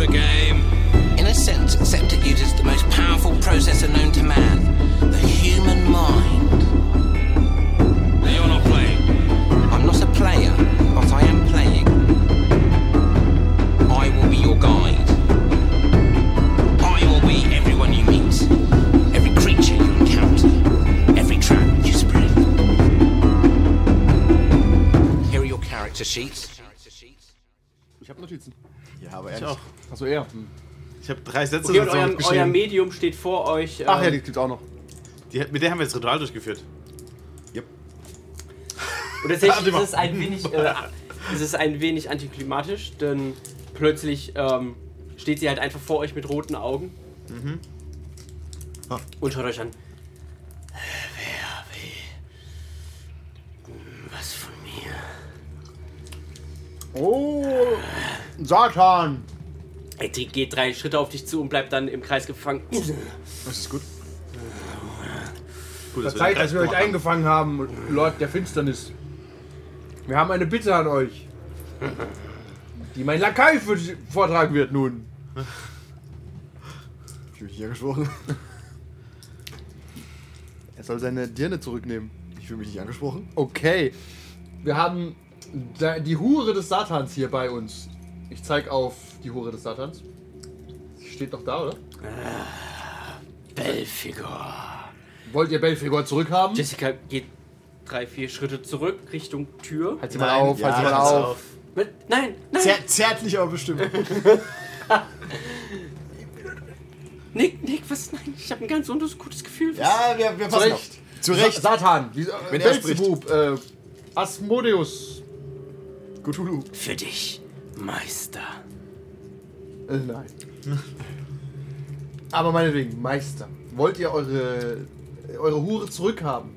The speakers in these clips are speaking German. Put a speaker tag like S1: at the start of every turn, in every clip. S1: a game.
S2: In a sense, Sceptic uses the most powerful processor known to man the human mind.
S1: Now you're not playing.
S2: I'm not a player, but I am playing. I will be your guide. I will be everyone you meet, every creature you encounter, every trap you spread. Here are your character sheets.
S3: Ich habe Notizen.
S4: Ja, aber
S3: Ich
S4: ehrlich.
S3: auch. Achso, er.
S4: Ich habe drei Sätze
S3: Okay, und
S4: dazu
S3: euer, euer
S4: aufgeschrieben.
S3: Medium steht vor euch.
S4: Ach ja,
S3: ähm,
S4: die gibt's auch noch. Die, mit der haben wir jetzt Ritual durchgeführt.
S3: Und tatsächlich ist es ein wenig, äh, ist es ein wenig antiklimatisch, denn plötzlich ähm, steht sie halt einfach vor euch mit roten Augen.
S4: Mhm. Ah.
S3: Und schaut euch an. Wer will was von mir?
S4: Oh, Satan!
S3: Ey, Die geht drei Schritte auf dich zu und bleibt dann im Kreis gefangen.
S4: Das ist gut. Gut,
S5: Das
S4: dass
S5: zeigt,
S4: den
S5: dass wir euch
S4: gemacht haben.
S5: eingefangen haben, Lord der Finsternis. Wir haben eine Bitte an euch, die mein Lakai für vortragen wird nun.
S4: Ich fühle mich hier angesprochen. er soll seine Dirne zurücknehmen. Ich fühle mich nicht angesprochen. Okay.
S5: Wir haben da- die Hure des Satans hier bei uns. Ich zeig auf die Hure des Satans. Sie steht noch da, oder?
S3: Belfigur.
S5: Wollt ihr Belfegor zurückhaben?
S3: Jessica geht drei, vier Schritte zurück Richtung Tür.
S5: Halt sie mal auf, halt
S4: ja,
S5: sie mal
S4: pass
S5: auf.
S3: Nein, nein,
S4: Zer zärtlich, aber bestimmt.
S3: Nick, Nick, was? Nein, ich habe ein ganz anderes gutes Gefühl. Was-
S4: ja, wir, wir
S5: Zu
S4: passen
S5: Recht.
S4: auf. Zu Recht.
S5: Sa Satan. Die,
S4: Wenn
S5: äh,
S4: er spricht.
S5: Belzebub. Äh, Asmodeus.
S4: Cthulhu.
S3: Für dich, Meister.
S5: Äh, nein. Aber meinetwegen, Meister. Wollt ihr eure, eure Hure zurückhaben?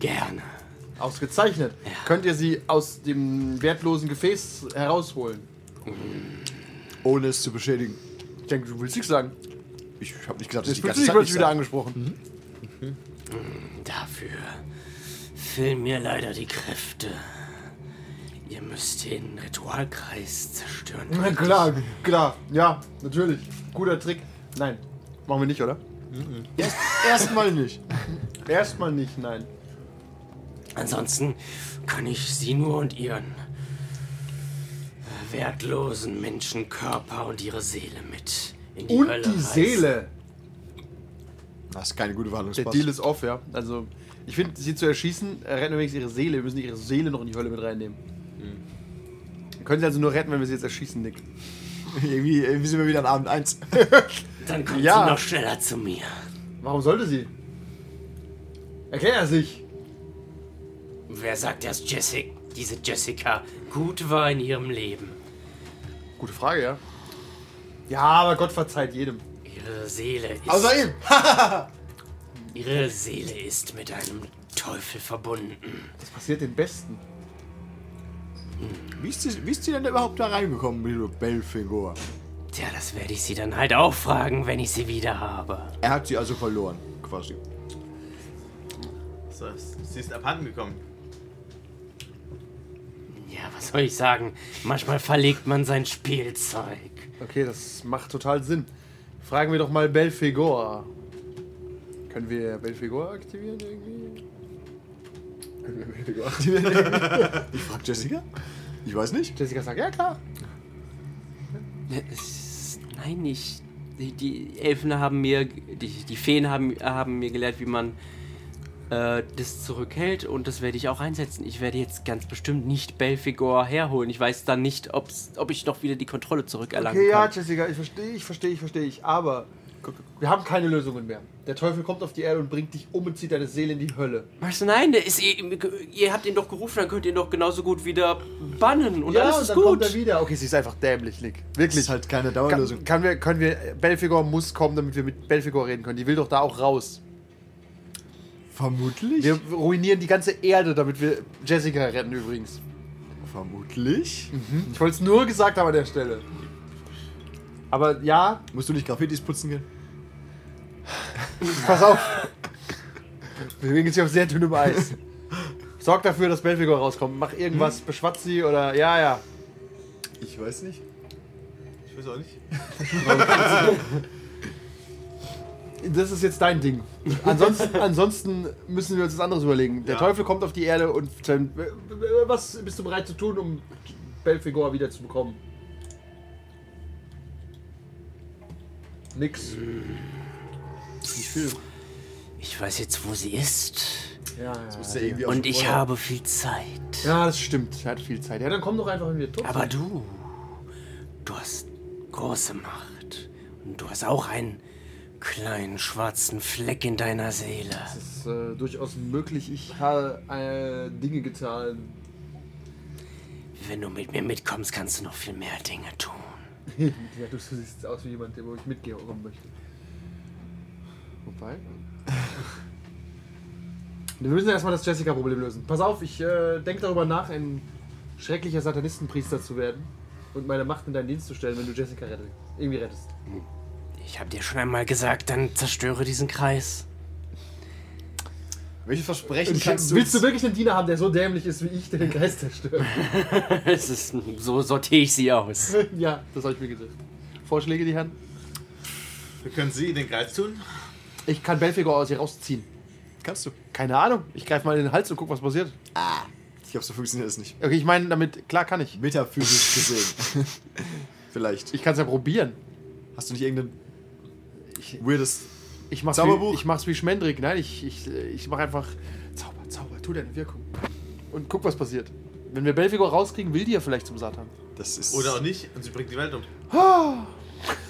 S3: Gerne.
S5: Ausgezeichnet. Könnt ihr sie aus dem wertlosen Gefäß herausholen?
S4: Ohne es zu beschädigen.
S5: Ich denke, du willst nichts sagen.
S4: Ich habe nicht gesagt, dass
S5: Jetzt
S4: die ganze
S5: plötzlich
S4: Zeit
S5: wird
S4: nicht
S5: sie wieder
S4: sagen.
S5: angesprochen.
S3: Dafür fehlen mir leider die Kräfte. Ihr müsst den Ritualkreis zerstören.
S5: Na klar, klar. Ja, natürlich. Guter Trick. Nein.
S4: Machen wir nicht, oder?
S5: Erst, erstmal nicht. Erstmal nicht, nein.
S3: Ansonsten kann ich sie nur und ihren äh, wertlosen Menschenkörper und ihre Seele mit in die
S5: Und
S3: Hölle
S5: die
S3: reißen.
S5: Seele.
S4: Das ist keine gute
S5: Der
S4: Verhandlungsbasis.
S5: Deal ist off, ja. Also, ich finde, sie zu erschießen, äh, retten wir wenigstens ihre Seele. Wir müssen ihre Seele noch in die Hölle mit reinnehmen. Wir können sie also nur retten, wenn wir sie jetzt erschießen, Nick.
S4: irgendwie, irgendwie sind wir wieder an Abend 1.
S3: Dann kommt
S5: Ja.
S3: sie noch schneller zu mir.
S5: Warum sollte sie? Erklär sich.
S3: Wer sagt, dass Jessica, diese Jessica gut war in ihrem Leben?
S5: Gute Frage, ja. Ja, aber Gott verzeiht jedem.
S3: Ihre Seele ist,
S4: Außer ihm.
S3: ihre Seele ist mit einem Teufel verbunden.
S5: Das passiert den Besten.
S4: Wie ist, die, wie ist die denn überhaupt da reingekommen, diese Belfigur?
S3: Tja, das werde ich sie dann halt auch fragen, wenn ich sie wieder habe.
S4: Er hat sie also verloren, quasi.
S6: So, sie ist abhanden gekommen.
S3: Ja, was soll ich sagen? Manchmal verlegt man sein Spielzeug.
S5: Okay, das macht total Sinn. Fragen wir doch mal Belfegor. Können wir Belfegor aktivieren irgendwie?
S4: Ich frag Jessica? Ich weiß nicht.
S5: Jessica sagt, ja klar.
S3: Es- Äh, Nein, ich. Die, die Elfen haben mir. Die, die Feen haben, haben mir gelehrt, wie man äh, das zurückhält und das werde ich auch einsetzen. Ich werde jetzt ganz bestimmt nicht Belfigor herholen. Ich weiß dann nicht, ob's, ob ich noch wieder die Kontrolle zurückerlangen
S5: Okay, ja,
S3: kann.
S5: Jessica, ich verstehe, ich verstehe, ich verstehe, ich. Aber wir haben keine Lösungen mehr. Der Teufel kommt auf die Erde und bringt dich um und zieht deine Seele in die Hölle.
S3: Meister, nein, der ist, ihr, ihr habt ihn doch gerufen, dann könnt ihr ihn doch genauso gut wieder bannen und alles
S5: und
S3: ist
S5: dann kommt er
S3: gut.
S5: wieder. Okay, sie ist einfach dämlich, Nick.
S4: Das ist
S5: Wirklich.
S4: halt keine
S5: Kann,
S4: Dauerlösung.
S5: kann wir, können wir, Belfegor muss kommen, damit wir mit Belfegor reden können. Die will doch da auch raus.
S4: Vermutlich.
S5: Wir ruinieren die ganze Erde, damit wir Jessica retten übrigens.
S4: Vermutlich.
S5: Ich wollte es nur gesagt haben an der Stelle. Aber ja,
S4: Musst du nicht Graffitis putzen gehen?
S5: pass auf. Wir bewegen uns hier auf sehr dünnem Eis. Sorg dafür, dass Belfegor rauskommt. Mach irgendwas, beschwatz sie oder ja, ja.
S4: Ich weiß nicht.
S6: Ich weiß auch nicht.
S5: Das ist jetzt dein Ding. Ansonsten, ansonsten müssen wir uns was anderes überlegen. Der
S6: Ja.
S5: Teufel kommt auf die Erde und dann- was bist du bereit zu tun, um Belfegor wieder zu bekommen? Nix.
S4: Nicht viel.
S3: Ich weiß jetzt, wo sie ist.
S5: Ja,
S4: Ist
S5: ja.
S4: ja irgendwie auch
S3: Und ich
S4: vorher.
S3: habe viel Zeit.
S5: ja, das stimmt. Er hat viel Zeit. Ja, dann komm doch einfach, wenn wir tot
S3: Aber
S5: sind.
S3: du, du hast große Macht. Und du hast auch einen kleinen schwarzen Fleck in deiner Seele.
S5: Das ist äh, durchaus möglich. Ich habe äh, Dinge getan.
S3: Wenn du mit mir mitkommst, kannst du noch viel mehr Dinge tun.
S5: ja, halt, du siehst aus wie jemand, der wo ich mitgehen möchte.
S4: Wobei.
S5: Wir müssen erstmal das Jessica-Problem lösen. Pass auf, ich äh, denke darüber nach, ein schrecklicher Satanistenpriester zu werden und meine Macht in deinen Dienst zu stellen, wenn du Jessica rettest. Irgendwie rettest.
S3: Ich habe dir schon einmal gesagt, dann zerstöre diesen Kreis.
S4: Welche Versprechen
S5: Ich,
S4: kannst
S5: willst
S4: du. uns-
S5: du wirklich einen Diener haben, der so dämlich ist wie ich, der den Geist zerstört?
S3: Es ist, so sortiere ich sie aus.
S5: ja, das habe ich mir gedacht. Vorschläge, die Herren?
S6: Können Sie den Geist tun?
S5: Ich kann Belfigur aus hier rausziehen.
S4: Kannst du.
S5: Keine Ahnung. Ich greife mal in den Hals und guck, was passiert.
S4: Ich glaube, so funktioniert es nicht.
S5: Okay, ich meine damit, klar kann ich.
S4: Metaphysisch gesehen. Vielleicht.
S5: Ich kann es ja probieren.
S4: Hast du nicht irgendein weirdes.
S5: Ich mach's,
S4: Zauberbuch?
S5: wie, ich mach's wie Schmendrick. Nein, ich, ich, ich mach einfach Zauber, Zauber, tu deine Wirkung. Und guck, was passiert. Wenn wir Belfigur rauskriegen, will die ja vielleicht zum Satan.
S4: Das ist.
S6: Oder auch nicht. Und sie bringt die Welt um.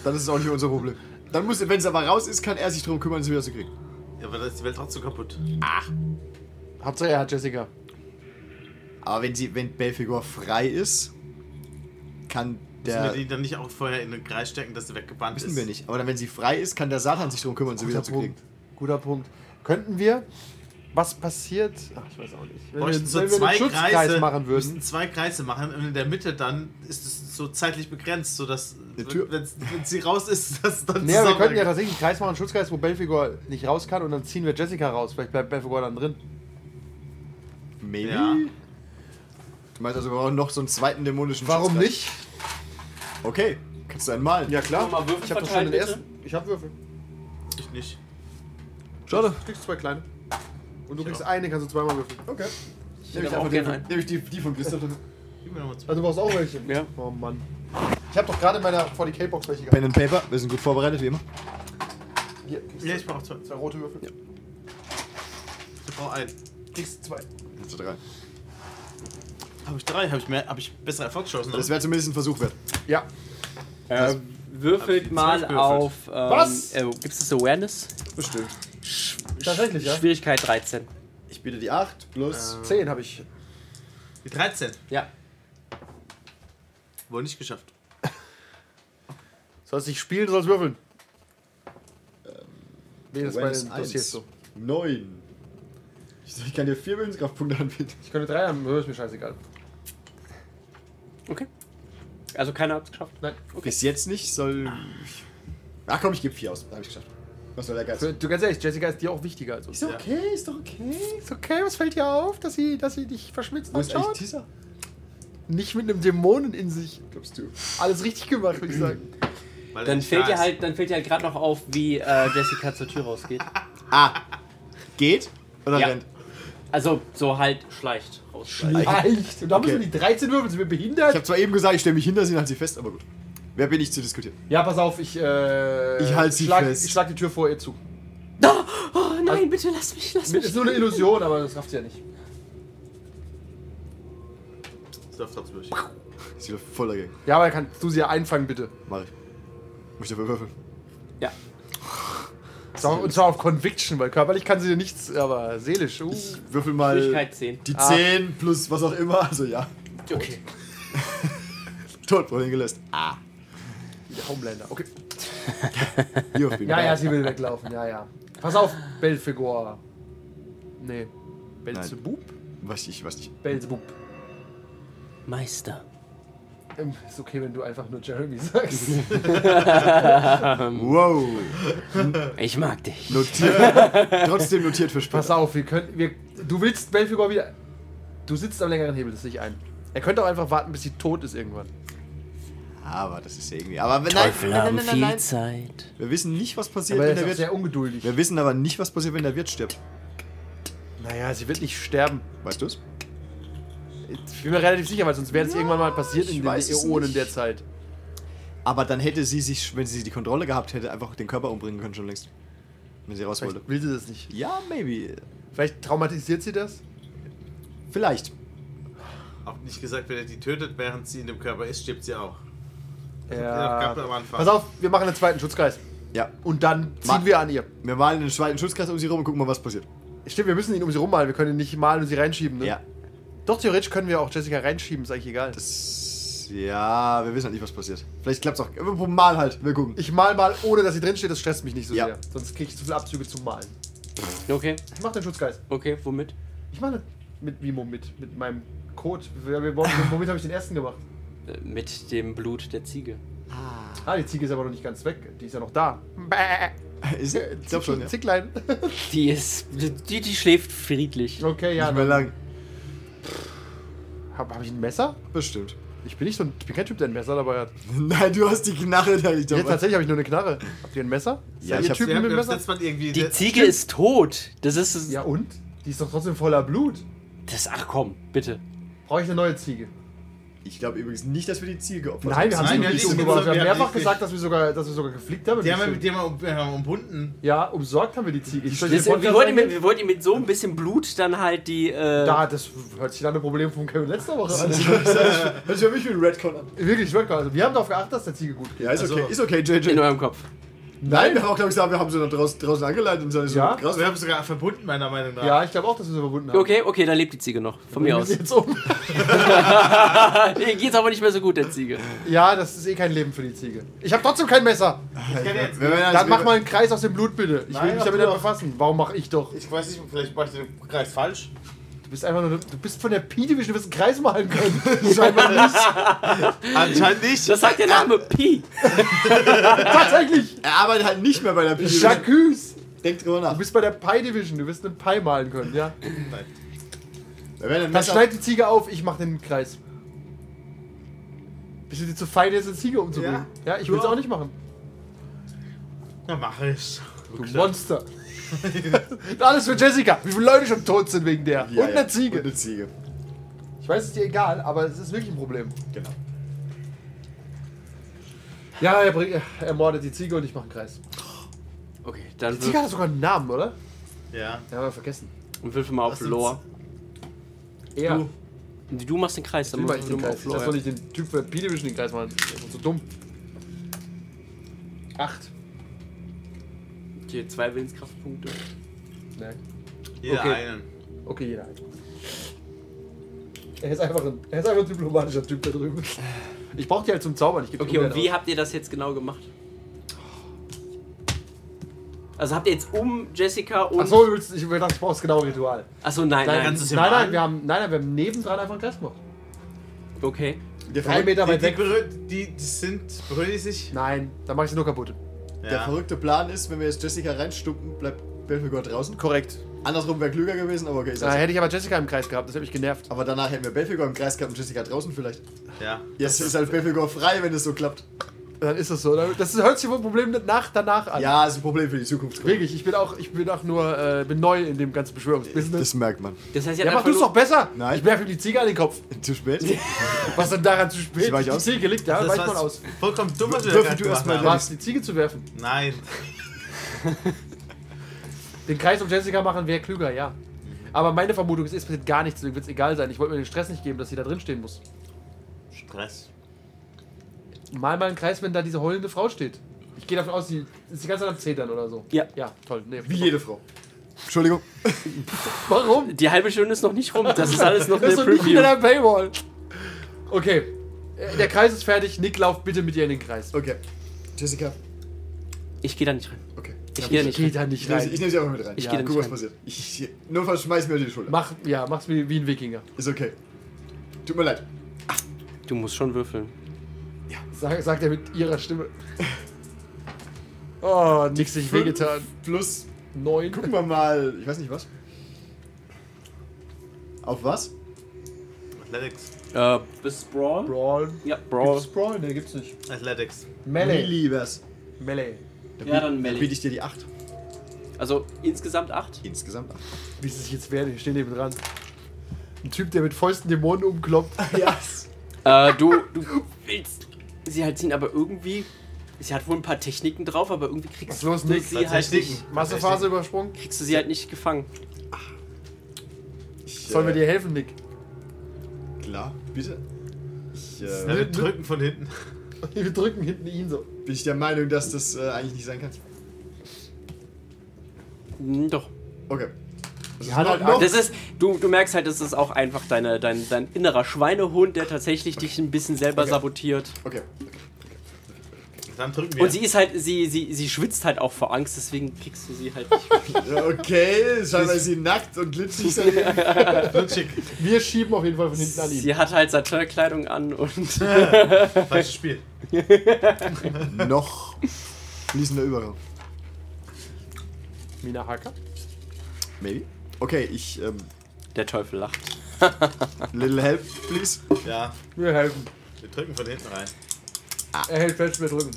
S4: Dann ist es auch nicht unser Problem. Dann muss, wenn es aber raus ist, kann er sich darum kümmern, es wieder zu kriegen.
S6: Ja, aber dann ist die Welt trotzdem kaputt.
S5: Hauptsache, er hat Jessica.
S4: Aber wenn sie, wenn Belfigur frei ist, kann
S6: Müssen
S4: der.
S6: wir die dann nicht auch vorher in den Kreis stecken, dass sie weggebannt ist?
S4: Wissen wir nicht. Aber dann, wenn sie frei ist, kann der Satan sich darum kümmern, sie wieder zu kriegen.
S5: Guter Punkt. Könnten wir. Was passiert? Ach, ich weiß auch nicht. Wenn wir,
S6: Bräuchten
S5: wenn
S6: so
S5: wir
S6: zwei
S5: einen Schutzkreis
S6: Kreise Hm.
S5: machen
S6: müssten
S5: würden.
S6: zwei Kreise machen und in der Mitte dann ist es so zeitlich begrenzt, sodass
S4: Eine Tür.
S6: wenn wenn sie raus ist, dass dann
S5: Naja, wir könnten ja
S6: zusammen-
S5: tatsächlich einen Kreis machen, einen Schutzkreis, wo Belfigur nicht raus kann und dann ziehen wir Jessica raus. Vielleicht bleibt Belfigur dann drin.
S4: Maybe?
S6: Ja.
S4: Du meinst also, wir brauchen noch so einen zweiten dämonischen
S5: Warum
S4: Schutzkreis?
S5: nicht?
S4: Okay, kannst du einen malen.
S5: Ja, klar.
S3: Mal Würfel
S5: Ich habe doch schon
S3: verteilen,
S5: den
S3: bitte.
S5: ersten. Ich habe Würfel.
S6: ich nicht.
S4: Schade.
S5: Du kriegst zwei kleine. Und du kriegst eine, kannst du zweimal würfeln.
S4: Okay.
S3: Ich
S4: Nehme ich,
S3: hätte aber auch
S4: einfach den,
S3: gerne
S4: von-
S3: einen.
S4: nehm ich die, die von Christoph.
S6: Gib mir nochmal zwei.
S5: Also du brauchst auch welche.
S3: Ja.
S5: Oh Mann. Ich habe doch gerade in meiner 40k-Box welche gehabt.
S4: Pen and Paper, wir sind gut vorbereitet, wie immer.
S5: Hier,
S6: Ja, ich brauch zwei.
S5: zwei rote Würfel.
S6: Ich brauch einen.
S5: Kriegst zwei.
S4: Also drei.
S6: Habe ich drei? Habe ich mehr? Habe ich bessere Erfolgschancen?
S4: Das wäre zumindest ein Versuch wert.
S5: Ja.
S3: Äh, würfelt mal
S6: Würfel.
S3: auf. Ähm,
S5: Was?
S3: Äh, Gibt es das Awareness?
S4: Bestimmt.
S5: Tatsächlich, ja.
S3: Schwierigkeit 13.
S4: Ich biete die 8 plus.
S5: Zehn habe ich.
S6: Die 13.
S3: Ja.
S6: Wohl nicht geschafft.
S5: Sollst nicht spielen, du sollst würfeln. Nee, Äh, das Ähm, ist bei
S4: Awareness
S5: den Dossiers so.
S4: 9. Ich, sag, ich kann dir 4 Willenskraftpunkte anbieten.
S5: Ich könnte drei haben, aber ist mir scheißegal.
S3: Okay. Also keiner hat es geschafft.
S5: Nein.
S4: Bis jetzt nicht, soll.
S5: Ah.
S4: Ach komm, ich gebe 4 aus. Hab ich geschafft. Was soll der Geist?
S5: Für, du ganz ehrlich, Jessica ist dir auch wichtiger als uns.
S4: Ist doch okay, ist doch okay.
S5: Ist okay, was fällt dir auf, dass sie, dass sie dich verschmitzt
S4: Wo ist eigentlich Tisa?
S5: Nicht mit einem Dämonen in sich.
S4: Glaubst du?
S5: Alles richtig gemacht, würde ich sagen.
S6: Weil er
S3: Dann
S6: nicht
S3: fällt
S6: da
S3: dir
S6: ist.
S3: halt, dann fällt dir halt gerade noch auf, wie äh, Jessica zur Tür rausgeht.
S4: Geht? Oder
S3: Ja.
S4: rennt?
S3: Also so halt schleicht raus.
S5: Leicht. Und da müssen
S4: Okay.
S5: die 13 würfeln, sind wir
S4: Ich
S5: behindert?
S4: habe zwar eben gesagt, ich stelle mich hinter sie und halte sie fest, aber gut. Wer bin ich zu diskutieren?
S5: Ja, pass auf, ich, äh,
S4: Ich halte sie
S5: schlag,
S4: fest.
S5: Ich schlag die Tür vor ihr zu.
S3: Oh nein, bitte lass mich, lass
S5: Mit- Ist nur eine Illusion, aber das rafft sie ja nicht.
S6: Das läuft trotzdem durch.
S4: Ist wieder voll dagegen.
S5: Ja, aber kannst du sie ja einfangen, bitte.
S4: Mach ich. Muss ich dafür würfeln.
S3: Ja.
S5: Zwar- Und zwar auf Conviction, weil körperlich kann sie dir nichts, aber seelisch. Uh.
S4: Ich würfel mal.
S3: Schwierigkeit 10.
S4: Die
S5: Ah.
S4: 10 plus was auch immer, also ja.
S3: Okay.
S4: Tot, wurde gelöst.
S5: Der Homelander, okay.
S4: You have been
S5: Ja, ja,
S4: banned.
S5: sie will weglaufen, ja, ja. Pass auf, Belfegor. Nee. Belzebub?
S4: Weiß ich, weiß nicht.
S5: Belzebub.
S3: Meister.
S5: Ähm, ist okay, wenn du einfach nur Jeremy sagst.
S4: Wow.
S3: Ich mag dich.
S4: Notiert. Trotzdem notiert für
S5: Pass
S4: später.
S5: auf, wir können. Wir, du willst Belfegor wieder. Du sitzt am längeren Hebel, das sehe ich ein. Er könnte auch einfach warten, bis sie tot ist irgendwann.
S4: Aber das ist ja irgendwie. Aber wenn- nein,
S3: Teufel
S4: nein,
S3: haben
S4: nein, nein,
S3: viel
S4: nein.
S3: Zeit.
S4: Wir wissen nicht, was passiert,
S5: Aber
S4: wenn
S5: er ist
S4: der
S5: auch
S4: Wirt.
S5: sehr ungeduldig.
S4: Wir wissen aber nicht, was passiert, wenn der Wirt stirbt.
S5: Naja, sie wird nicht sterben.
S4: Weißt du es?
S5: Ich bin mir relativ sicher, weil sonst wäre es irgendwann mal passiert
S4: ich
S5: in den
S4: weiß es
S5: Äonen
S4: nicht.
S5: der Zeit.
S4: Aber dann hätte sie sich, wenn sie die Kontrolle gehabt hätte, einfach den Körper umbringen können schon längst. Wenn sie raus wollte.
S5: Vielleicht will sie das nicht.
S4: Ja, maybe.
S5: Vielleicht traumatisiert sie das?
S4: Vielleicht.
S6: Auch nicht gesagt, wenn er die tötet, während sie in dem Körper ist, stirbt sie auch. Ja,
S5: Ja.
S6: gab am Anfang.
S5: Pass auf, wir machen einen zweiten Schutzkreis.
S4: Ja.
S5: Und dann ziehen
S4: Ma-
S5: wir an ihr.
S4: Wir malen den zweiten Schutzkreis um sie rum und gucken mal, was passiert.
S5: Stimmt, wir müssen ihn um sie rummalen. Wir können ihn nicht malen und sie reinschieben, ne?
S4: Ja.
S5: Doch, theoretisch können wir auch Jessica reinschieben, ist eigentlich egal.
S4: Das, ja, wir wissen halt nicht, was passiert. Vielleicht klappt's auch. Wir proben mal halt. Wir gucken.
S5: ich mal mal, ohne dass sie drinsteht, das stresst mich nicht so
S4: Ja.
S5: sehr. Sonst kriege ich zu viele Abzüge zum Malen.
S3: Okay,
S5: Ich mach den Schutzgeist.
S3: okay, womit?
S5: Ich mache mit Mimo mit, mit meinem Code. Wir- wir wollen- Womit habe ich den ersten gemacht?
S3: Äh, Mit dem Blut der Ziege.
S5: Ah, die Ziege ist aber noch nicht ganz weg. Die ist ja noch da.
S4: Ist, ich glaube schon. Ja.
S5: Zicklein.
S3: Die ist. Die, die schläft friedlich.
S5: Okay, ja.
S4: Nicht mehr
S5: dann-
S4: lang.
S5: Hab, hab ich ein Messer?
S4: Bestimmt.
S5: Ich bin nicht so ein, ich bin kein Typ, der ein Messer dabei hat.
S4: Nein, du hast die Knarre da nicht
S5: Jetzt
S4: dabei.
S5: tatsächlich habe ich nur eine Knarre. Habt ihr ein Messer?
S4: Ja,
S5: Seid
S4: ich
S5: ihr
S4: hab-
S6: wir
S5: Typen
S6: haben
S5: mit
S6: wir
S5: dem
S6: haben
S5: Messer?
S6: letztes Mal irgendwie.
S3: Die
S6: der-
S3: Ziege ist tot. Das ist.
S5: Ja und? Die ist doch trotzdem voller Blut.
S3: Das, ach komm, bitte.
S5: Brauche ich eine neue Ziege?
S4: Ich glaube übrigens nicht, dass wir die Ziege geopfert
S5: Nein, wir haben sie
S6: nein, wir
S5: noch
S6: haben
S5: nicht
S6: die
S5: umgebracht.
S6: Ziege-
S5: Wir haben
S6: wir haben
S5: mehrfach
S6: die-
S5: gesagt, dass wir sogar, dass wir sogar geflickt haben.
S6: Die haben wir mit
S5: Bestimmt.
S6: dem um, wir haben umbunden.
S5: ja, umsorgt haben wir die Ziege. Ich soll
S3: Das,
S5: den
S3: wir,
S5: Podcast
S3: wollten mit,
S5: eingeben?
S3: wir wollten mit so ein bisschen Blut dann halt die. Äh,
S5: Da, das hört sich nach einem Problem von Kevin letzter Woche an.
S4: Hört sich für mich wie ein Redcon an.
S5: Wirklich, ich wollte gerade- also wir haben darauf geachtet, dass der Ziege gut geht.
S4: Ja, ist
S6: Also-
S4: okay. Ist okay,
S3: in
S4: JJ.
S3: eurem Kopf.
S4: Nein, wir haben auch, glaube ich, gesagt, wir haben sie noch draußen, draußen angeleitet und so.
S5: Ja?
S4: krass.
S6: Wir haben sogar verbunden, meiner Meinung nach.
S5: Ja, ich glaube auch, dass wir sie verwunden haben.
S3: Okay, okay, da lebt die Ziege noch. Von mir
S5: Wir
S3: aus.
S5: sind Jetzt um.
S3: Ihr geht's aber nicht mehr so gut, der Ziege.
S5: Ja, das ist eh kein Leben für die Ziege. Ich habe trotzdem kein Messer.
S6: Ich kann jetzt.
S4: Wenn wir-
S5: Dann
S4: also,
S5: mach
S4: wir-
S5: mal einen Kreis aus dem Blut, bitte. Ich will
S6: Nein,
S5: mich
S6: mach
S5: damit
S6: du
S5: nicht
S6: doch.
S5: befassen. Warum mache ich doch?
S6: Ich weiß nicht, vielleicht mache ich den Kreis falsch.
S5: Du bist einfach nur, du bist von der Pide, wie du wirst einen Kreis malen können.
S6: Anscheinend nicht.
S3: Das sagt der Name Pi.
S5: Tatsächlich.
S4: Er arbeitet halt nicht mehr bei der Pige.
S5: Jacques.
S4: Denk drüber nach.
S5: Du bist bei der Pie Division, du wirst einen Pie malen können, ja.
S4: Wir werden ein
S5: Dann
S4: Messer-
S5: schneid die Ziege auf, ich mach den Kreis. Bist du dir zu fein, jetzt eine Ziege umzubringen? Ja, ich will es auch nicht machen.
S6: Dann mache ich.
S5: Du Monster. Und alles für Jessica. Wie viele Leute schon tot sind wegen der.
S4: Ja,
S5: und
S4: ja.
S5: eine Ziege.
S4: Und eine Ziege.
S5: Ich weiß, es ist dir egal, aber es ist wirklich ein Problem.
S4: Genau.
S5: Ja, er, bringt, er ermordet die Ziege und ich mache einen Kreis.
S3: Okay, dann
S5: Die Ziege
S3: würf,
S5: hat sogar einen Namen, oder?
S6: Ja.
S5: Ja, haben wir vergessen.
S3: würfel mal auf
S6: Lass uns-
S3: Lore.
S5: Er.
S6: Du.
S3: Du machst den Kreis,
S5: Ich
S3: dann
S5: will mal
S3: würfel
S5: den
S3: mal auf
S5: Kreis. Ich lass
S3: Lore.
S5: doch nicht den Typ für P-Division den Kreis machen. Das ist so dumm. Acht.
S3: Hier zwei Willenskraftpunkte.
S5: Nein.
S6: Jeder
S5: Okay.
S6: einen.
S5: Okay, jeder ein. Er ist einfach ein, er ist einfach ein diplomatischer Typ da drüben. Ich brauche die halt zum Zaubern. Ich geb die
S3: Okay, und
S5: ungern
S3: wie
S5: aus.
S3: habt ihr das jetzt genau gemacht? Also habt ihr jetzt um Jessica und.
S5: Achso, du willst- ich dachte, ich brauche das genaue Ritual.
S3: Achso, nein,
S5: Nein,
S3: nein.
S5: nein,
S6: ganzes
S5: nein,
S6: Mal?
S5: wir haben, nein, nein, wir haben nebendran einfach einen Kreis gemacht.
S3: Okay.
S4: Der,
S5: Drei
S4: verrück-
S5: Meter
S6: Die,
S5: weit
S6: die,
S5: weg.
S6: berühr, die, die sind. Berühren die sich?
S5: Nein, dann mache ich sie nur kaputt.
S4: der verrückte Plan ist, wenn wir jetzt Jessica reinstumpen, bleibt Belfegor draußen.
S5: Korrekt.
S4: Andersrum wäre klüger gewesen, aber okay. Ist
S5: Da
S4: also.
S5: hätte ich aber Jessica im Kreis gehabt, das hätte mich genervt.
S4: Aber danach hätten wir Belfegor im Kreis gehabt und Jessica draußen vielleicht.
S6: Ja.
S4: Jetzt ist halt Belfegor frei, wenn es so klappt.
S5: Dann ist das so. oder? Das hört sich wohl ein Problem nach danach an.
S4: Ja, ist ein Problem für die Zukunft.
S5: Wirklich, ich bin auch, ich bin auch nur äh, bin neu in dem ganzen Beschwörungsbusiness.
S4: Das merkt man.
S3: Das heißt, ihr
S5: Ja,
S3: habt
S5: mach du's
S3: einfach
S5: doch besser!
S4: Nein.
S5: Ich werf ihm die Ziege an den Kopf.
S4: Zu spät?
S5: Was denn daran zu spät?
S4: Sie weicht
S5: die
S4: aus?
S5: Ziege liegt, ja,
S6: Das
S5: weicht
S6: war
S5: mal aus.
S6: vollkommen dumm, was wir
S4: Würfel
S6: da gerade
S4: du erst
S6: gemacht
S4: mal
S6: haben.
S5: Was, die Ziege zu werfen?
S6: Nein.
S5: Den Kreis um Jessica machen wäre klüger, ja. Aber meine Vermutung ist, es passiert gar nichts, deswegen wird es egal sein. Ich wollte mir den Stress nicht geben, dass sie da drin stehen muss.
S6: Stress.
S5: Mal mal einen Kreis, wenn da diese heulende Frau steht. Ich gehe davon aus, sie ist die ganze Zeit am Zetern oder so.
S3: Ja.
S5: Ja, toll. Nee,
S4: Wie jede Frau. Entschuldigung.
S5: Warum?
S3: nur- Die halbe Stunde ist noch nicht rum. Das ist alles noch eine
S5: Das ist doch nicht
S3: Preview.
S5: hinter der Paywall. Okay. Äh, Der Kreis ist fertig. Nick, lauf bitte mit ihr in den Kreis.
S4: Okay. Jessica.
S3: Ich gehe da nicht rein.
S4: Okay.
S3: Ich gehe da nicht
S5: Geh
S3: rein.
S5: da nicht
S4: Ich nehme sie, ich
S5: rein.
S4: nehm sie einfach mit rein.
S3: Ich
S4: ja,
S3: geh da
S4: guck,
S3: nicht
S4: was passiert. Ich, nur falls schmeiß mir die Schulter.
S5: Mach, ja, mach's wie, wie ein Wikinger.
S4: Ist okay. Tut mir leid.
S3: Du musst schon würfeln.
S5: Sag, sagt er mit ihrer Stimme. Oh, Nick sich wehgetan.
S4: Plus,
S5: Neun.
S4: gucken wir mal, ich weiß nicht was. Auf was?
S6: Athletics.
S3: Äh, bis Brawl?
S5: Brawl.
S3: Ja,
S5: Gibt's Brawl? Ne, gibt's nicht.
S6: Athletics.
S5: Melee.
S4: Melee wär's.
S5: Melee.
S3: Ja, dann
S4: Dann
S3: Melee.
S4: biete ich dir die 8.
S3: Also insgesamt acht?
S4: Insgesamt 8.
S5: Wie es sich jetzt werde, ich stehe neben dran. Ein Typ, der mit Fäusten Dämonen umkloppt.
S4: Yes.
S3: Äh, du, du willst sie halt ziehen, aber irgendwie. Sie hat wohl ein paar Techniken drauf, aber irgendwie kriegst
S5: Was los,
S3: du
S5: Nick?
S3: sie halt nicht.
S5: Massephase übersprungen.
S3: Kriegst du sie halt nicht gefangen.
S5: Sollen wir dir helfen, Nick?
S4: äh, Klar, bitte. Ich, äh,
S6: Ja, wir drücken von hinten.
S5: Wir drücken hinten ihn so.
S4: bin ich der Meinung, dass das äh, eigentlich nicht sein kann.
S3: Hm, doch.
S4: Okay. Das ist
S5: hat
S4: noch-
S5: halt
S4: noch-
S3: Das ist, du, du merkst halt, das ist auch einfach deine, dein, dein innerer Schweinehund, der tatsächlich dich ein bisschen selber
S4: Okay.
S3: sabotiert.
S4: Okay.
S6: Dann drücken wir.
S3: Und sie ist halt, sie, sie, sie schwitzt halt auch vor Angst, deswegen kriegst du sie halt nicht.
S4: Ja, Okay, scheinbar ist sie nackt und glitschig. daneben.
S6: Glitschig.
S5: Wir schieben auf jeden Fall von hinten an ihn.
S3: sie hat halt Satirkleidung an und.
S6: Falsches Spiel.
S4: noch fließender Übergang.
S5: Mina Hacker.
S4: Maybe. Okay, ich, ähm,
S3: Der Teufel lacht.
S4: little help, please.
S6: Ja,
S5: Wir helfen.
S6: wir drücken von hinten rein.
S5: Er hält fest, wir drücken.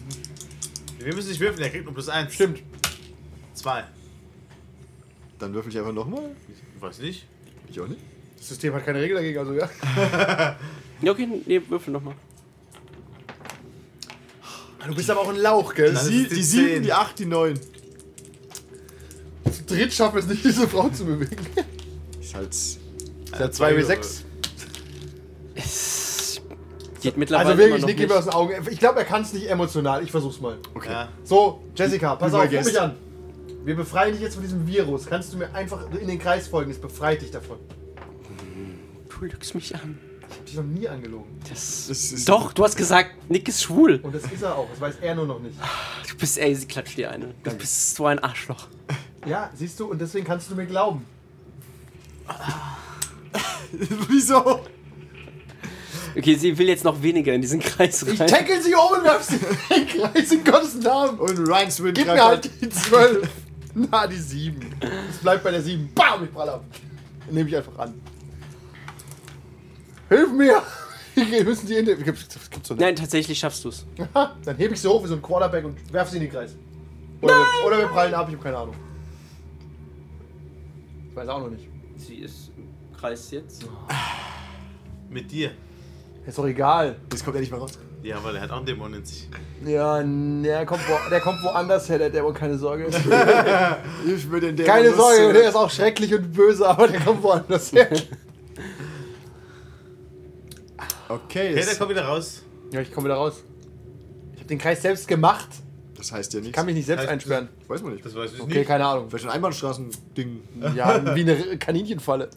S6: Wir müssen nicht würfeln, der kriegt nur plus eins.
S5: Stimmt.
S6: Zwei.
S4: Dann würfel ich einfach nochmal.
S6: Weiß nicht.
S4: Ich auch nicht.
S5: Das System hat keine Regel dagegen, also ja.
S3: Ja, okay, nee, würfel nochmal.
S5: Du bist aber auch ein Lauch, gell?
S6: Nein. Das
S4: Die,
S6: ist die
S4: die 7,
S6: Zehn.
S4: die 8, die 9.
S5: Zu dritt schaffen wir es nicht, diese Frau zu bewegen.
S4: Ist halt. Äh,
S5: Das hat 2 bis 6.
S3: Es geht mittlerweile
S5: Also wirklich, Nick,
S3: immer
S5: gib mir
S3: noch
S5: aus den Augen. Ich glaube, er kann es nicht emotional. Ich versuch's mal.
S4: Okay.
S6: Ja.
S5: So, Jessica, pass auf, ruf
S4: Übergäst.
S5: mich an. Wir befreien dich jetzt von diesem Virus. Kannst du mir einfach in den Kreis folgen? Es befreit dich davon.
S3: nicht. Du lügst mich an.
S5: Ich hab dich noch nie angelogen.
S3: Das,
S4: Das ist-
S3: Doch, du hast gesagt, Nick ist schwul.
S5: Und das ist er auch. Das weiß er nur noch nicht.
S3: Du bist, ey, sie klatscht dir eine. Du bist so ein Arschloch.
S5: Ja, siehst du? Und deswegen kannst du mir glauben.
S4: Wieso?
S3: Okay, sie will jetzt noch weniger in diesen Kreis
S5: Ich
S3: rein.
S5: tackle sie um und werf sie in den Kreis in Gottes Namen.
S4: Und Ryan's Wind
S5: Gib mir halt die 12. Na, die 7. Es bleibt bei der 7. Bam, ich prall ab. Nehme ich einfach an. Hilf mir! Wir müssen die in den. Gibt's, gibt's doch nicht.
S3: Nein, tatsächlich schaffst du es.
S5: Aha, Dann hebe ich sie hoch wie so ein Quarterback und werf sie in den Kreis. Oder, wir, oder wir prallen ab, ich habe keine Ahnung. Ich weiß auch noch nicht.
S3: Sie ist im Kreis jetzt.
S6: Mit dir.
S5: Ist doch egal.
S4: Das kommt endlich mal raus.
S6: Ja, weil er hat auch einen Dämon in sich.
S5: Ja, der kommt, wo, der kommt woanders her, der Dämon, keine Sorge.
S4: Ich würde den Dämon
S5: Keine Sorge,
S4: loszuwerden.
S5: der ist auch schrecklich und böse, aber der kommt woanders her.
S4: Okay,
S6: Okay, der
S4: das,
S6: kommt wieder raus.
S5: Ja, ich komme wieder raus. Ich habe den Kreis selbst gemacht.
S4: das heißt ja nichts.
S5: Kann mich nicht selbst
S6: Heißt-
S5: einsperren.
S4: Weiß man nicht.
S6: Das weiß ich
S5: Okay,
S6: nicht.
S5: keine Ahnung.
S4: Vielleicht ein Einbahnstraßending.
S5: Ja, wie eine Kaninchenfalle.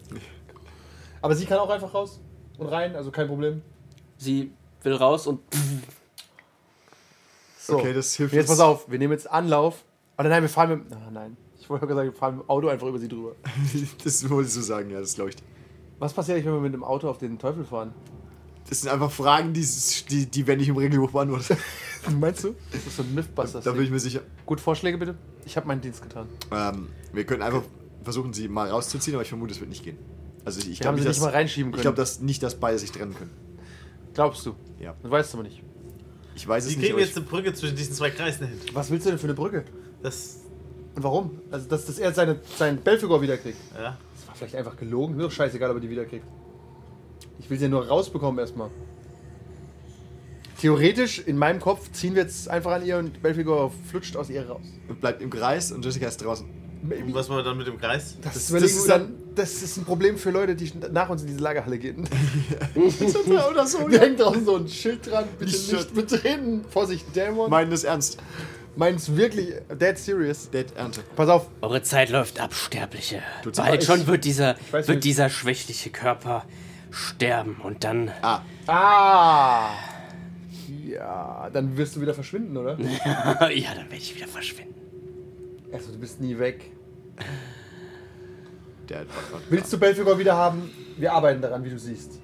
S5: Aber sie kann auch einfach raus und rein, also kein Problem.
S3: Sie will raus und
S5: So.
S4: Okay, das hilft
S5: Jetzt
S4: uns.
S5: pass auf, wir nehmen jetzt Anlauf. Oder nein, wir fahren mit. Ah, nein. Ich wollte gerade sagen, wir fahren mit dem Auto einfach über sie drüber.
S4: Das wolltest du sagen, ja, das glaube ich.
S5: Was passiert eigentlich, wenn wir mit dem Auto auf den Teufel fahren?
S4: Das sind einfach Fragen, die, die, die werden nicht im Regelbuch beantwortet.
S5: Meinst du? Das ist so ein Mythbusters.
S4: Da bin ich mir sicher.
S5: Gut, Vorschläge bitte. Ich habe meinen Dienst getan.
S4: Ähm, wir können einfach versuchen, sie mal rauszuziehen, aber ich vermute, es wird nicht gehen. Also ich, ich
S5: Wir haben
S4: glaube
S5: sie
S4: nicht,
S5: nicht
S4: dass,
S5: mal reinschieben
S4: ich
S5: können.
S4: glaub, dass nicht, dass beide sich trennen können.
S5: Glaubst du?
S4: Ja.
S5: Das weißt du aber nicht.
S4: Ich weiß es
S6: Sie
S4: nicht.
S6: kriegen
S4: aber
S6: jetzt
S4: Ich,
S6: eine Brücke zwischen diesen zwei Kreisen hin.
S5: Was willst du denn für eine Brücke?
S6: Das.
S5: Und warum? Also, dass, dass er seine, seinen Belfigur wiederkriegt.
S6: Ja.
S5: Das war vielleicht einfach gelogen. Mir doch scheißegal, ob er die wiederkriegt. Ich will sie ja nur rausbekommen erstmal. Theoretisch, in meinem Kopf, ziehen wir jetzt einfach an ihr und Belfigur flutscht aus ihr raus.
S4: bleibt im Kreis und Jessica ist draußen.
S5: Maybe.
S6: Und was machen wir dann mit dem Kreis?
S5: Das,
S4: Das-
S5: überlegen
S4: das
S5: wir
S4: ist
S5: dann, das ist ein Problem für Leute, die nach uns in diese Lagerhalle gehen.
S4: Oder so.
S5: Da hängt draußen so ein Schild dran, bitte
S4: Nicht
S5: nicht, betreten, Vorsicht, Dämon.
S4: Meinen das ernst.
S5: Meins wirklich, dead serious.
S4: Dead Ernte.
S5: Pass auf,
S3: Eure Zeit läuft ab, Sterbliche.
S4: Tut's aber,
S3: Bald
S4: ich-
S3: schon wird dieser,
S5: weiß
S3: wird
S5: nicht.
S3: dieser schwächliche Körper sterben und dann.
S4: Ah,
S5: Ah! Ja, dann wirst du wieder verschwinden, oder? Ah.
S3: ja, dann werde ich wieder verschwinden.
S5: Also, du bist nie weg.
S4: der Edward.
S5: Willst du Belfigur wieder haben? Wir arbeiten daran, wie du siehst.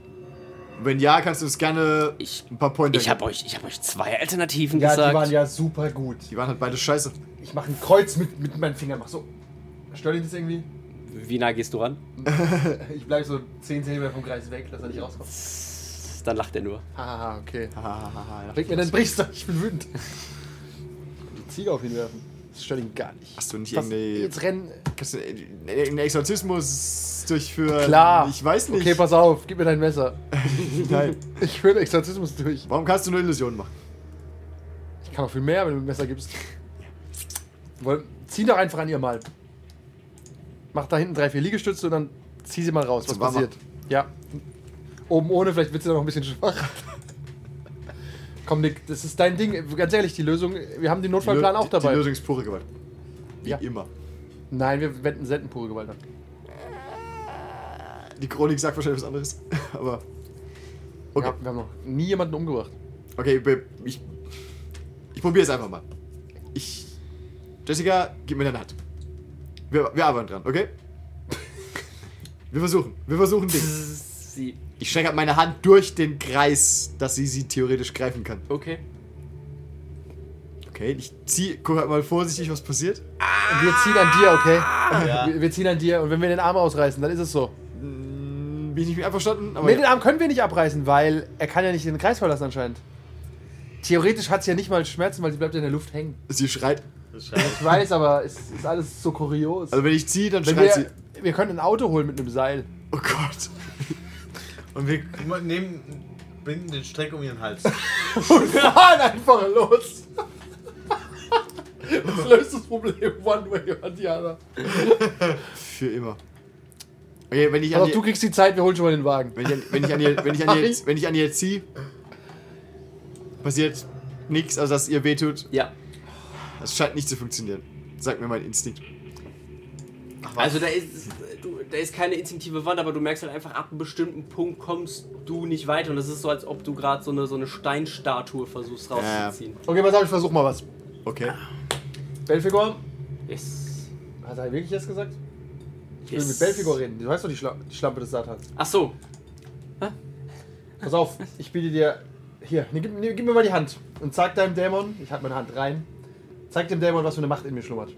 S4: Wenn ja, kannst du uns gerne
S3: Ich-
S4: ein paar Pointer
S3: Ich habe euch, ich hab euch zwei Alternativen
S5: Ja, die
S3: gesagt.
S5: waren ja super gut.
S4: Die waren halt beide scheiße.
S5: Ich mache ein Kreuz mit, mit meinen Fingern, mach so. Stört dich das irgendwie?
S3: Wie nah gehst du ran?
S5: Ich bleib so 10 cm vom Kreis weg, dass er nicht rauskommt.
S3: Dann lacht er nur.
S5: Haha, okay.
S4: Hahaha.
S5: Bring mir den Briester, ich bin wütend. Die Ziege auf ihn werfen. Das stört ihn gar nicht.
S4: Hast du nicht
S5: Was,
S4: irgendeine-
S5: Jetzt rennen.
S4: Kannst du einen einen Exorzismus durchführen?
S5: Klar.
S4: Ähm, Ich weiß nicht.
S5: Okay, pass auf, gib mir dein Messer.
S4: Nein.
S5: Ich will Exorzismus durch.
S4: Warum kannst du nur Illusionen machen?
S5: Ich kann auch viel mehr, wenn du mir ein Messer gibst. Woll- Zieh doch einfach an ihr mal. Mach da hinten drei, vier Liegestütze und dann zieh sie mal raus, was
S4: Zum Warmer.
S5: passiert. Ja. Oben ohne, vielleicht wird sie dann noch ein bisschen schwach. Komm, Nick, das ist dein Ding. Ganz ehrlich, die Lösung, wir haben den Notfallplan
S4: Die-
S5: auch dabei.
S4: Die Lösung ist pure Gewalt. Wie
S5: Ja.
S4: immer.
S5: Nein, wir wenden senden pure Gewalt an.
S4: Die Chronik sagt wahrscheinlich was anderes. Aber. Okay,
S5: Ja, wir haben noch nie jemanden umgebracht.
S4: okay, be- ich. Ich probiere es einfach mal. Ich. Jessica, gib mir deine Hand. Wir, wir arbeiten dran, okay? Wir versuchen. Wir versuchen Ding.
S3: Sie.
S4: Ich strecke halt meine Hand durch den Kreis, dass sie sie theoretisch greifen kann.
S3: Okay.
S4: Okay, ich zieh, guck halt mal vorsichtig, was passiert.
S5: Wir ziehen an dir,
S4: Ah,
S5: okay? Wir, wir ziehen an dir und wenn wir den Arm ausreißen, dann ist es so.
S4: Hm, Bin ich nicht mit einverstanden? Aber
S5: Nee, den
S4: ja.
S5: Arm können wir nicht abreißen, weil er kann ja nicht den Kreis verlassen anscheinend. Theoretisch hat sie ja nicht mal Schmerzen, weil sie bleibt ja in der Luft hängen.
S4: sie schreit.
S6: Scheiße.
S5: Ich weiß, aber es ist alles so kurios.
S4: Also wenn ich ziehe, dann
S5: Wenn
S4: schreit
S5: wir,
S4: sie.
S5: wir können ein Auto holen mit einem Seil.
S4: Oh Gott.
S6: Und wir nehmen, binden den Streck um ihren Hals.
S5: Und fahren einfach los. Das löst das Problem one way or the other.
S4: Für immer. Okay, wenn ich
S5: Aber
S4: an
S5: du
S4: ihr,
S5: kriegst die Zeit, wir holen schon mal den Wagen.
S4: wenn ich an, wenn ich an ihr, wenn ich an
S5: Sorry.
S4: ihr, wenn ich an ihr ziehe, passiert nichts, also dass ihr wehtut.
S3: Ja.
S4: Es scheint nicht zu funktionieren. Sagt mir mein Instinkt.
S3: Also da ist, du, da ist keine instinktive Wand, aber du merkst halt einfach, ab einem bestimmten Punkt kommst du nicht weiter. Und das ist so, als ob du gerade so eine, so eine Steinstatue versuchst rauszuziehen.
S5: Okay, pass auf, ich versuch mal was.
S4: Okay.
S5: Belfigor,
S3: Yes.
S5: hat er wirklich das gesagt? Ich will
S3: Yes.
S5: mit Belfigor reden. Du weißt doch die, Schla die Schlampe des Satans.
S3: Ach so.
S5: Pass auf, ich biete dir. Hier, ne, gib, ne, gib mir mal die Hand. Und zeig deinem Dämon, ich halte meine Hand rein. Zeig dem Dämon, was für eine Macht in mir schlummert.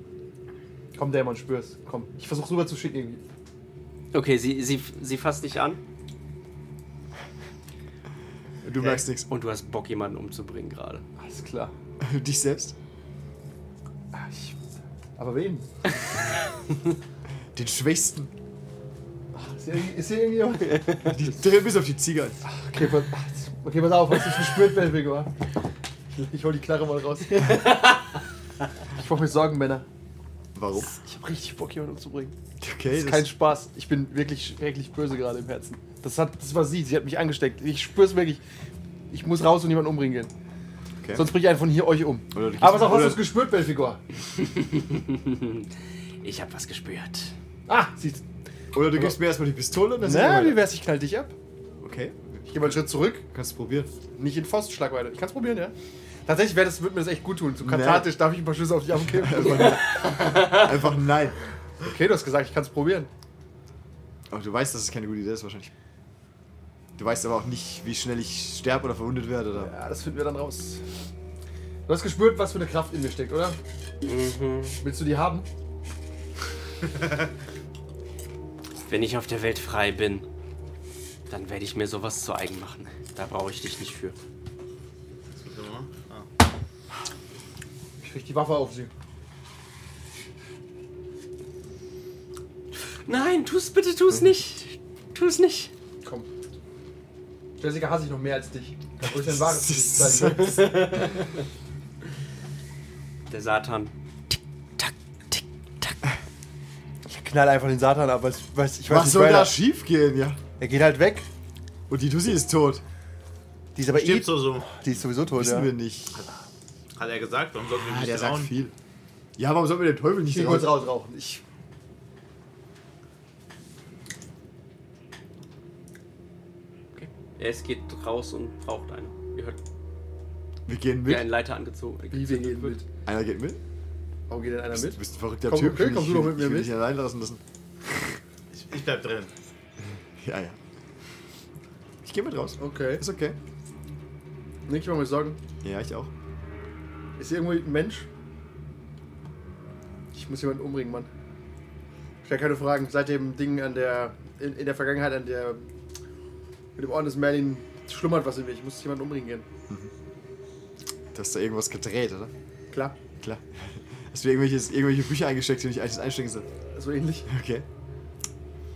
S5: Komm, Dämon, spür's. Komm. Ich versuch's rüber zu schicken irgendwie.
S3: Okay, sie, sie, sie fasst dich an
S4: Du merkst nichts.
S3: und du hast Bock, jemanden umzubringen gerade.
S5: Alles klar.
S4: Dich selbst?
S5: Ah, Ich, aber wen?
S4: Den Schwächsten.
S5: Ist hier, irgendwie- ist hier irgendjemand?
S4: Die drehen bis auf die Ziege ein.
S5: Okay, pass, okay, pass auf, hast du es gespürt, Belfigo? Ich, ich hol die Knarre mal raus. Ich mach mir Sorgen, Männer.
S4: Warum?
S5: Ich hab richtig Bock, jemanden umzubringen.
S4: Okay,
S5: Das ist kein Spaß. Ich bin wirklich schrecklich böse gerade im Herzen. Das, hat, das war sie. Sie hat mich angesteckt. Ich spür's wirklich. Ich muss raus und jemanden umbringen gehen.
S4: Okay.
S5: Sonst bringe ich einen von hier euch um.
S4: Oder du gehst-
S5: Aber was auch hast
S4: oder-
S5: du es gespürt, Belfigor?
S3: Ich hab was gespürt.
S5: Ah, sie.
S4: Oder du gibst mir erstmal die Pistole und dann
S5: Na, wie
S4: sehen wir weiter.
S5: wär's? Ich knall dich ab.
S4: Okay.
S5: Ich geh mal einen Schritt zurück.
S4: Kannst du probieren.
S5: Nicht in Faustschlagweite. Ich kann's probieren, ja? Tatsächlich wäre das, würde mir das echt gut tun. So kathartisch darf ich ein paar Schüsse auf dich abgeben.
S4: Einfach nein.
S5: okay, du hast gesagt, ich kann's probieren.
S4: Aber du weißt, dass es keine gute Idee ist wahrscheinlich. Du weißt aber auch nicht, wie schnell ich sterbe oder verwundet werde. Oder?
S5: Ja, das finden wir dann raus. Du hast gespürt, was für eine Kraft in mir steckt, oder? Willst du die haben?
S3: Wenn ich auf der Welt frei bin, dann werde ich mir sowas zu eigen machen. Da brauche ich dich nicht für.
S6: Ah.
S5: Ich richte die Waffe auf sie.
S3: Nein, tu's bitte, tu's nicht. Tu's nicht.
S5: Komm. Jessica hasse ich noch mehr als dich. Kann ruhig dein wahres Gesicht zeigen.
S3: Der Satan.
S5: Ich knall einfach den Satan ab, weil ich weiß, ich
S4: Was soll da schief gehen, ja?
S5: Er geht halt weg.
S4: Und die Tussi ist tot.
S5: Die ist aber eh-
S6: Stimmt so so.
S5: die ist sowieso tot,
S4: Wissen wir nicht.
S6: Hat er gesagt, warum sollten wir
S4: Ah,
S6: nicht
S4: der sagt
S6: trauen?
S4: viel. Ja, warum sollten wir den Teufel
S5: Ich
S4: nicht
S5: geh kurz
S4: raus?
S5: rausrauchen. Ich.
S3: Es geht raus und braucht eine. Ihr hört,
S4: Wir gehen
S3: wie
S4: mit.
S3: ein Leiter angezogen.
S5: Wie wir gehen mit.
S4: Einer geht mit?
S5: Warum geht denn einer
S4: Du
S5: mit?
S4: bist ein verrückter
S5: Komm,
S4: Typ.
S5: okay,
S4: Ich will
S5: kommst du
S4: dich-
S5: doch mit mir
S4: ich will
S5: mit?
S4: dich allein lassen lassen.
S6: Ich, ich bleib drin.
S4: Ja, ja. Ich gehe mit raus.
S5: Okay.
S4: Ist okay.
S5: Nick, ich mach mir Sorgen.
S4: Ja, ich auch.
S5: Ist hier irgendwo ein Mensch? Ich muss jemanden umbringen, Mann. Stell keine Fragen. Seit dem Ding an der, in, in der Vergangenheit an der, mit dem Orden des Merlin schlummert was in mir. Ich muss jemanden umbringen gehen.
S4: Du hast da irgendwas gedreht, oder?
S5: Klar,
S4: Klar. Hast du irgendwelche, irgendwelche Bücher eingesteckt, die nicht eigentlich einstecken sind?
S5: so ähnlich.
S4: Okay.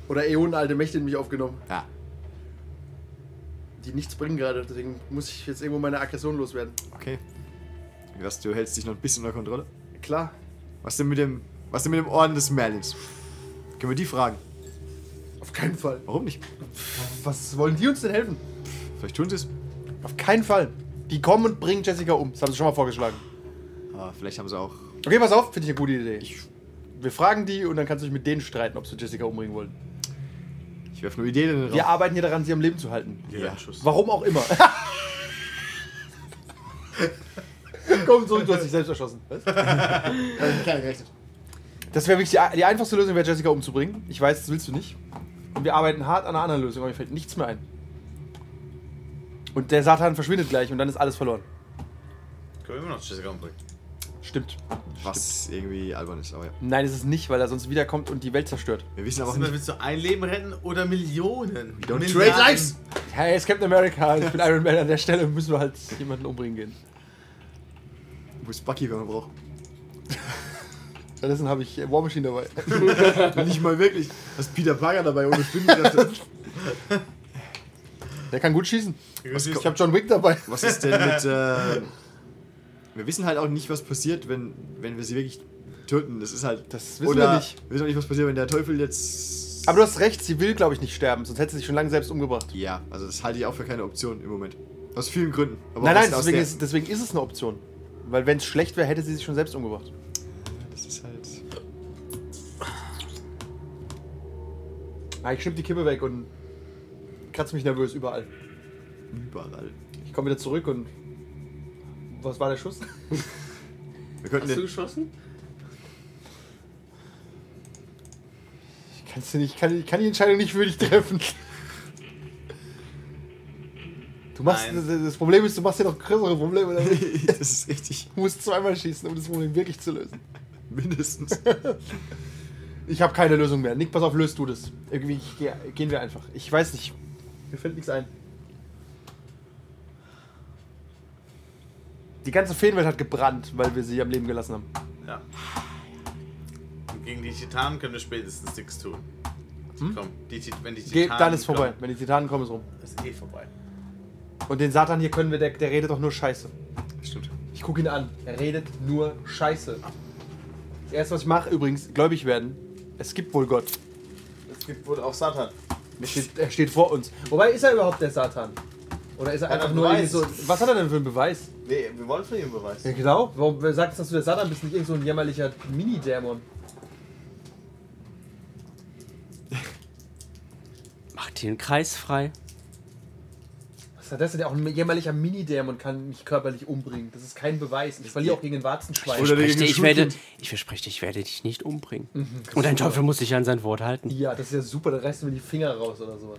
S5: Oder äonenalte Mächte in mich aufgenommen,
S4: Ja.
S5: die nichts bringen gerade. Deswegen muss ich jetzt irgendwo meine Aggression loswerden.
S4: Okay. Was, du hältst dich noch ein bisschen unter Kontrolle?
S5: Klar,
S4: Was denn mit dem, was denn mit dem Orden des Merlins? Können wir die fragen?
S5: auf keinen Fall.
S4: Warum nicht?
S5: Was wollen die uns denn helfen?
S4: Vielleicht tun sie es.
S5: Auf keinen Fall. Die kommen und bringen Jessica um. Das haben sie schon mal vorgeschlagen.
S4: Aber Ah, vielleicht haben sie auch.
S5: Okay, pass auf, finde ich eine gute Idee. wir fragen die und dann kannst du dich mit denen streiten, ob sie Jessica umbringen wollen.
S4: Ich werfe nur Ideen in den Raum.
S5: Wir arbeiten hier daran, sie am Leben zu halten.
S4: Ja.
S6: Schuss.
S5: Warum auch immer. Komm zurück, du hast dich selbst erschossen. Was? Das wäre wirklich die, die einfachste Lösung, wäre Jessica umzubringen. Ich weiß, das willst du nicht. Und wir arbeiten hart an einer anderen Lösung, aber mir fällt nichts mehr ein. Und der Satan verschwindet gleich und dann ist alles verloren.
S6: Können wir immer noch Jessica umbringen?
S5: Stimmt.
S4: Was irgendwie albern ist, aber ja.
S5: Nein, ist es nicht, weil er sonst wiederkommt und die Welt zerstört.
S4: Wir wissen aber auch
S6: Sind wir,
S4: nicht.
S6: willst du ein Leben retten oder Millionen?
S4: don't
S6: Milliarden?
S4: trade lives.
S5: Hey, es Captain America, ich bin Iron Man, an der Stelle müssen wir halt jemanden umbringen gehen.
S4: Wo ist Bucky, wenn man braucht?
S5: Stattdessen habe ich äh, War Machine dabei.
S4: nicht mal wirklich. Hast Peter Parker dabei ohne Spinnenkräfte.
S5: Der kann gut schießen.
S6: Was
S5: Ich habe John Wick dabei.
S4: was ist denn mit. Äh, wir wissen halt auch nicht, was passiert, wenn, wenn wir sie wirklich töten. Das ist halt.
S5: Das wissen
S4: oder
S5: wir nicht.
S4: Wir wissen auch nicht, was passiert, wenn der Teufel jetzt.
S5: Aber du hast recht, sie will, glaube ich, nicht sterben, sonst hätte sie sich schon lange selbst umgebracht.
S4: Ja, also das halte ich auch für keine Option im Moment. Aus vielen Gründen. Aber
S5: nein,
S4: aus-
S5: nein,
S4: aus
S5: deswegen
S4: der-
S5: ist, deswegen ist es eine Option. Weil wenn es schlecht wäre, hätte sie sich schon selbst umgebracht.
S4: Das ist halt.
S5: Ah, ich schnipp die Kippe weg und kratze mich nervös überall.
S4: Überall.
S5: Ich komme wieder zurück und... Was war der Schuss?
S4: Wir könnten
S3: Hast du
S4: den.
S3: geschossen?
S5: Ich, kann's dir nicht, kann, ich kann die Entscheidung nicht für dich treffen. Du machst,
S6: Nein.
S5: das, das Problem ist, du machst dir noch größere Probleme. damit.
S4: das ist richtig.
S5: Du musst zweimal schießen, um das Problem wirklich zu lösen.
S4: Mindestens.
S5: Ich habe keine Lösung mehr. Nick, pass auf, löst du das. Irgendwie ich, geh- gehen wir einfach. Ich weiß nicht. Mir fällt nichts ein. Die ganze Feenwelt hat gebrannt, weil wir sie am Leben gelassen haben.
S6: Ja. Und gegen die Titanen können wir spätestens nichts tun. Komm, die, Tit- wenn die
S5: Geh,
S6: Titanen.
S5: dann ist
S6: kommen,
S5: vorbei. Wenn die Titanen kommen, ist rum.
S6: Ist eh vorbei.
S5: Und den Satan hier können wir, der, der redet doch nur Scheiße.
S4: Stimmt.
S5: Ich gucke ihn an. Er redet nur Scheiße. Das erste, was ich mache, übrigens, gläubig werden. Es gibt wohl Gott.
S6: Es gibt wohl auch Satan.
S5: Er steht, er steht vor uns. Wobei ist er überhaupt der Satan? Oder ist er
S6: Hat er
S5: einfach
S6: einen
S5: nur irgendwie
S6: Beweis?
S5: so. Was hat er denn für einen Beweis?
S6: Nee, wir wollen von ihm Beweis.
S5: Ja, genau. Warum wer sagt es, dass du der Satan bist? Nicht irgend so ein jämmerlicher Mini-Dämon.
S3: Mach dir einen Kreis frei.
S5: Was ist das denn? Auch ein jämmerlicher Mini-Dämon kann mich körperlich umbringen. Das ist kein Beweis. Ich verliere auch gegen den Warzenschwein.
S4: Oder
S3: Ich, Mhm.
S4: gegen
S3: dir, ich,
S4: Schulkind.
S3: werde, ich verspreche dir, ich werde dich nicht umbringen. Und ein Teufel muss sich an sein Wort halten.
S5: Ja, das ist ja super. Dann reißt du mir die Finger raus oder sowas.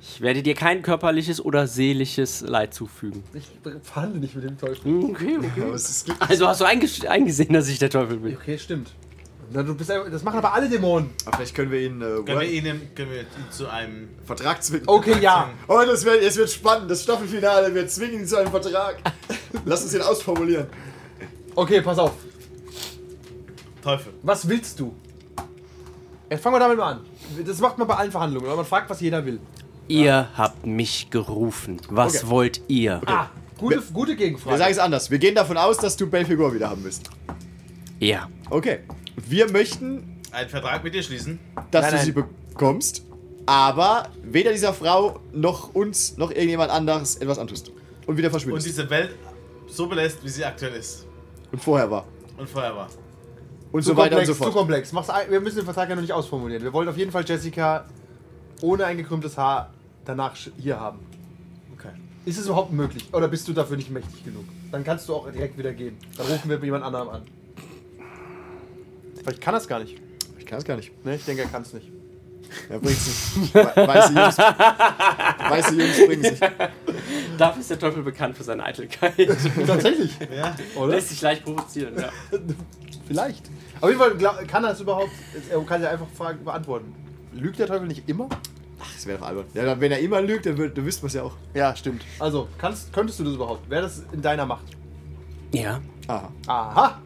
S3: Ich werde dir kein körperliches oder seelisches Leid zufügen.
S5: Ich verhandle nicht mit dem Teufel.
S3: Okay, okay.
S4: Aber es ist glücklich.
S3: Also hast du einges- eingesehen, dass ich der Teufel bin.
S5: Okay, stimmt. Na, du bist einfach, das machen aber alle Dämonen.
S4: Aber vielleicht können wir ihn. Äh,
S6: Können wir
S4: Word-
S6: ihn, können wir ihn zu einem.
S4: Vertrag zwingen.
S5: Okay, ja.
S4: Oh, das wird, es wird spannend. Das Staffelfinale. Wir zwingen ihn zu einem Vertrag. Lass uns ihn ausformulieren.
S5: Okay, pass auf.
S6: Teufel.
S5: Was willst du? Jetzt fangen wir damit mal an. Das macht man bei allen Verhandlungen. Oder man fragt, was jeder will.
S3: Ihr habt mich gerufen. Was
S4: Okay.
S3: wollt ihr?
S5: Ah, gute, gute Gegenfrage.
S4: Wir sagen es anders. Wir gehen davon aus, dass du Belphegor wieder haben wirst.
S3: Ja.
S4: Okay. Wir möchten,
S6: Einen Vertrag mit dir schließen.
S4: dass
S5: Nein,
S4: du
S5: nein.
S4: sie bekommst, aber weder dieser Frau noch uns noch irgendjemand anderes etwas antust. Und wieder
S6: Und
S4: verschwindest.
S6: diese Welt so belässt, wie sie aktuell ist.
S4: Und, vorher war.
S6: Und vorher war.
S4: Und
S5: Zu
S4: so weiter
S5: komplex,
S4: und so
S5: Zu
S4: fort.
S5: komplex. Mach's, ein- wir müssen den Vertrag ja noch nicht ausformulieren. Wir wollen auf jeden Fall Jessica ohne ein gekrümmtes Haar danach sch- hier haben.
S6: Okay.
S5: Ist es überhaupt möglich? Oder bist du dafür nicht mächtig genug? Dann kannst du auch direkt wieder gehen. Dann rufen wir jemand anderem an. Vielleicht kann er es gar nicht.
S4: Ich kann es gar nicht.
S5: Ne, ich denke, er kann es nicht.
S4: Er bringt sich. We- Weiße Jungs, weiße Jungs bringen sich.
S3: Dafür ist der Teufel bekannt für seine Eitelkeit.
S5: Tatsächlich.
S6: Ja.
S5: Oder?
S3: Lässt sich leicht provozieren, ja.
S5: Vielleicht. Auf jeden Fall glaub, kann er es überhaupt. Er kann ja einfach Fragen beantworten. Lügt der Teufel nicht immer?
S4: Ach, das wäre doch albern. Ja, dann, wenn er immer lügt, dann, wür- dann wüssten wir es ja auch.
S5: Ja, stimmt. Also, kannst, könntest du das überhaupt? Wäre das in deiner Macht?
S3: Ja.
S4: Aha.
S5: Aha!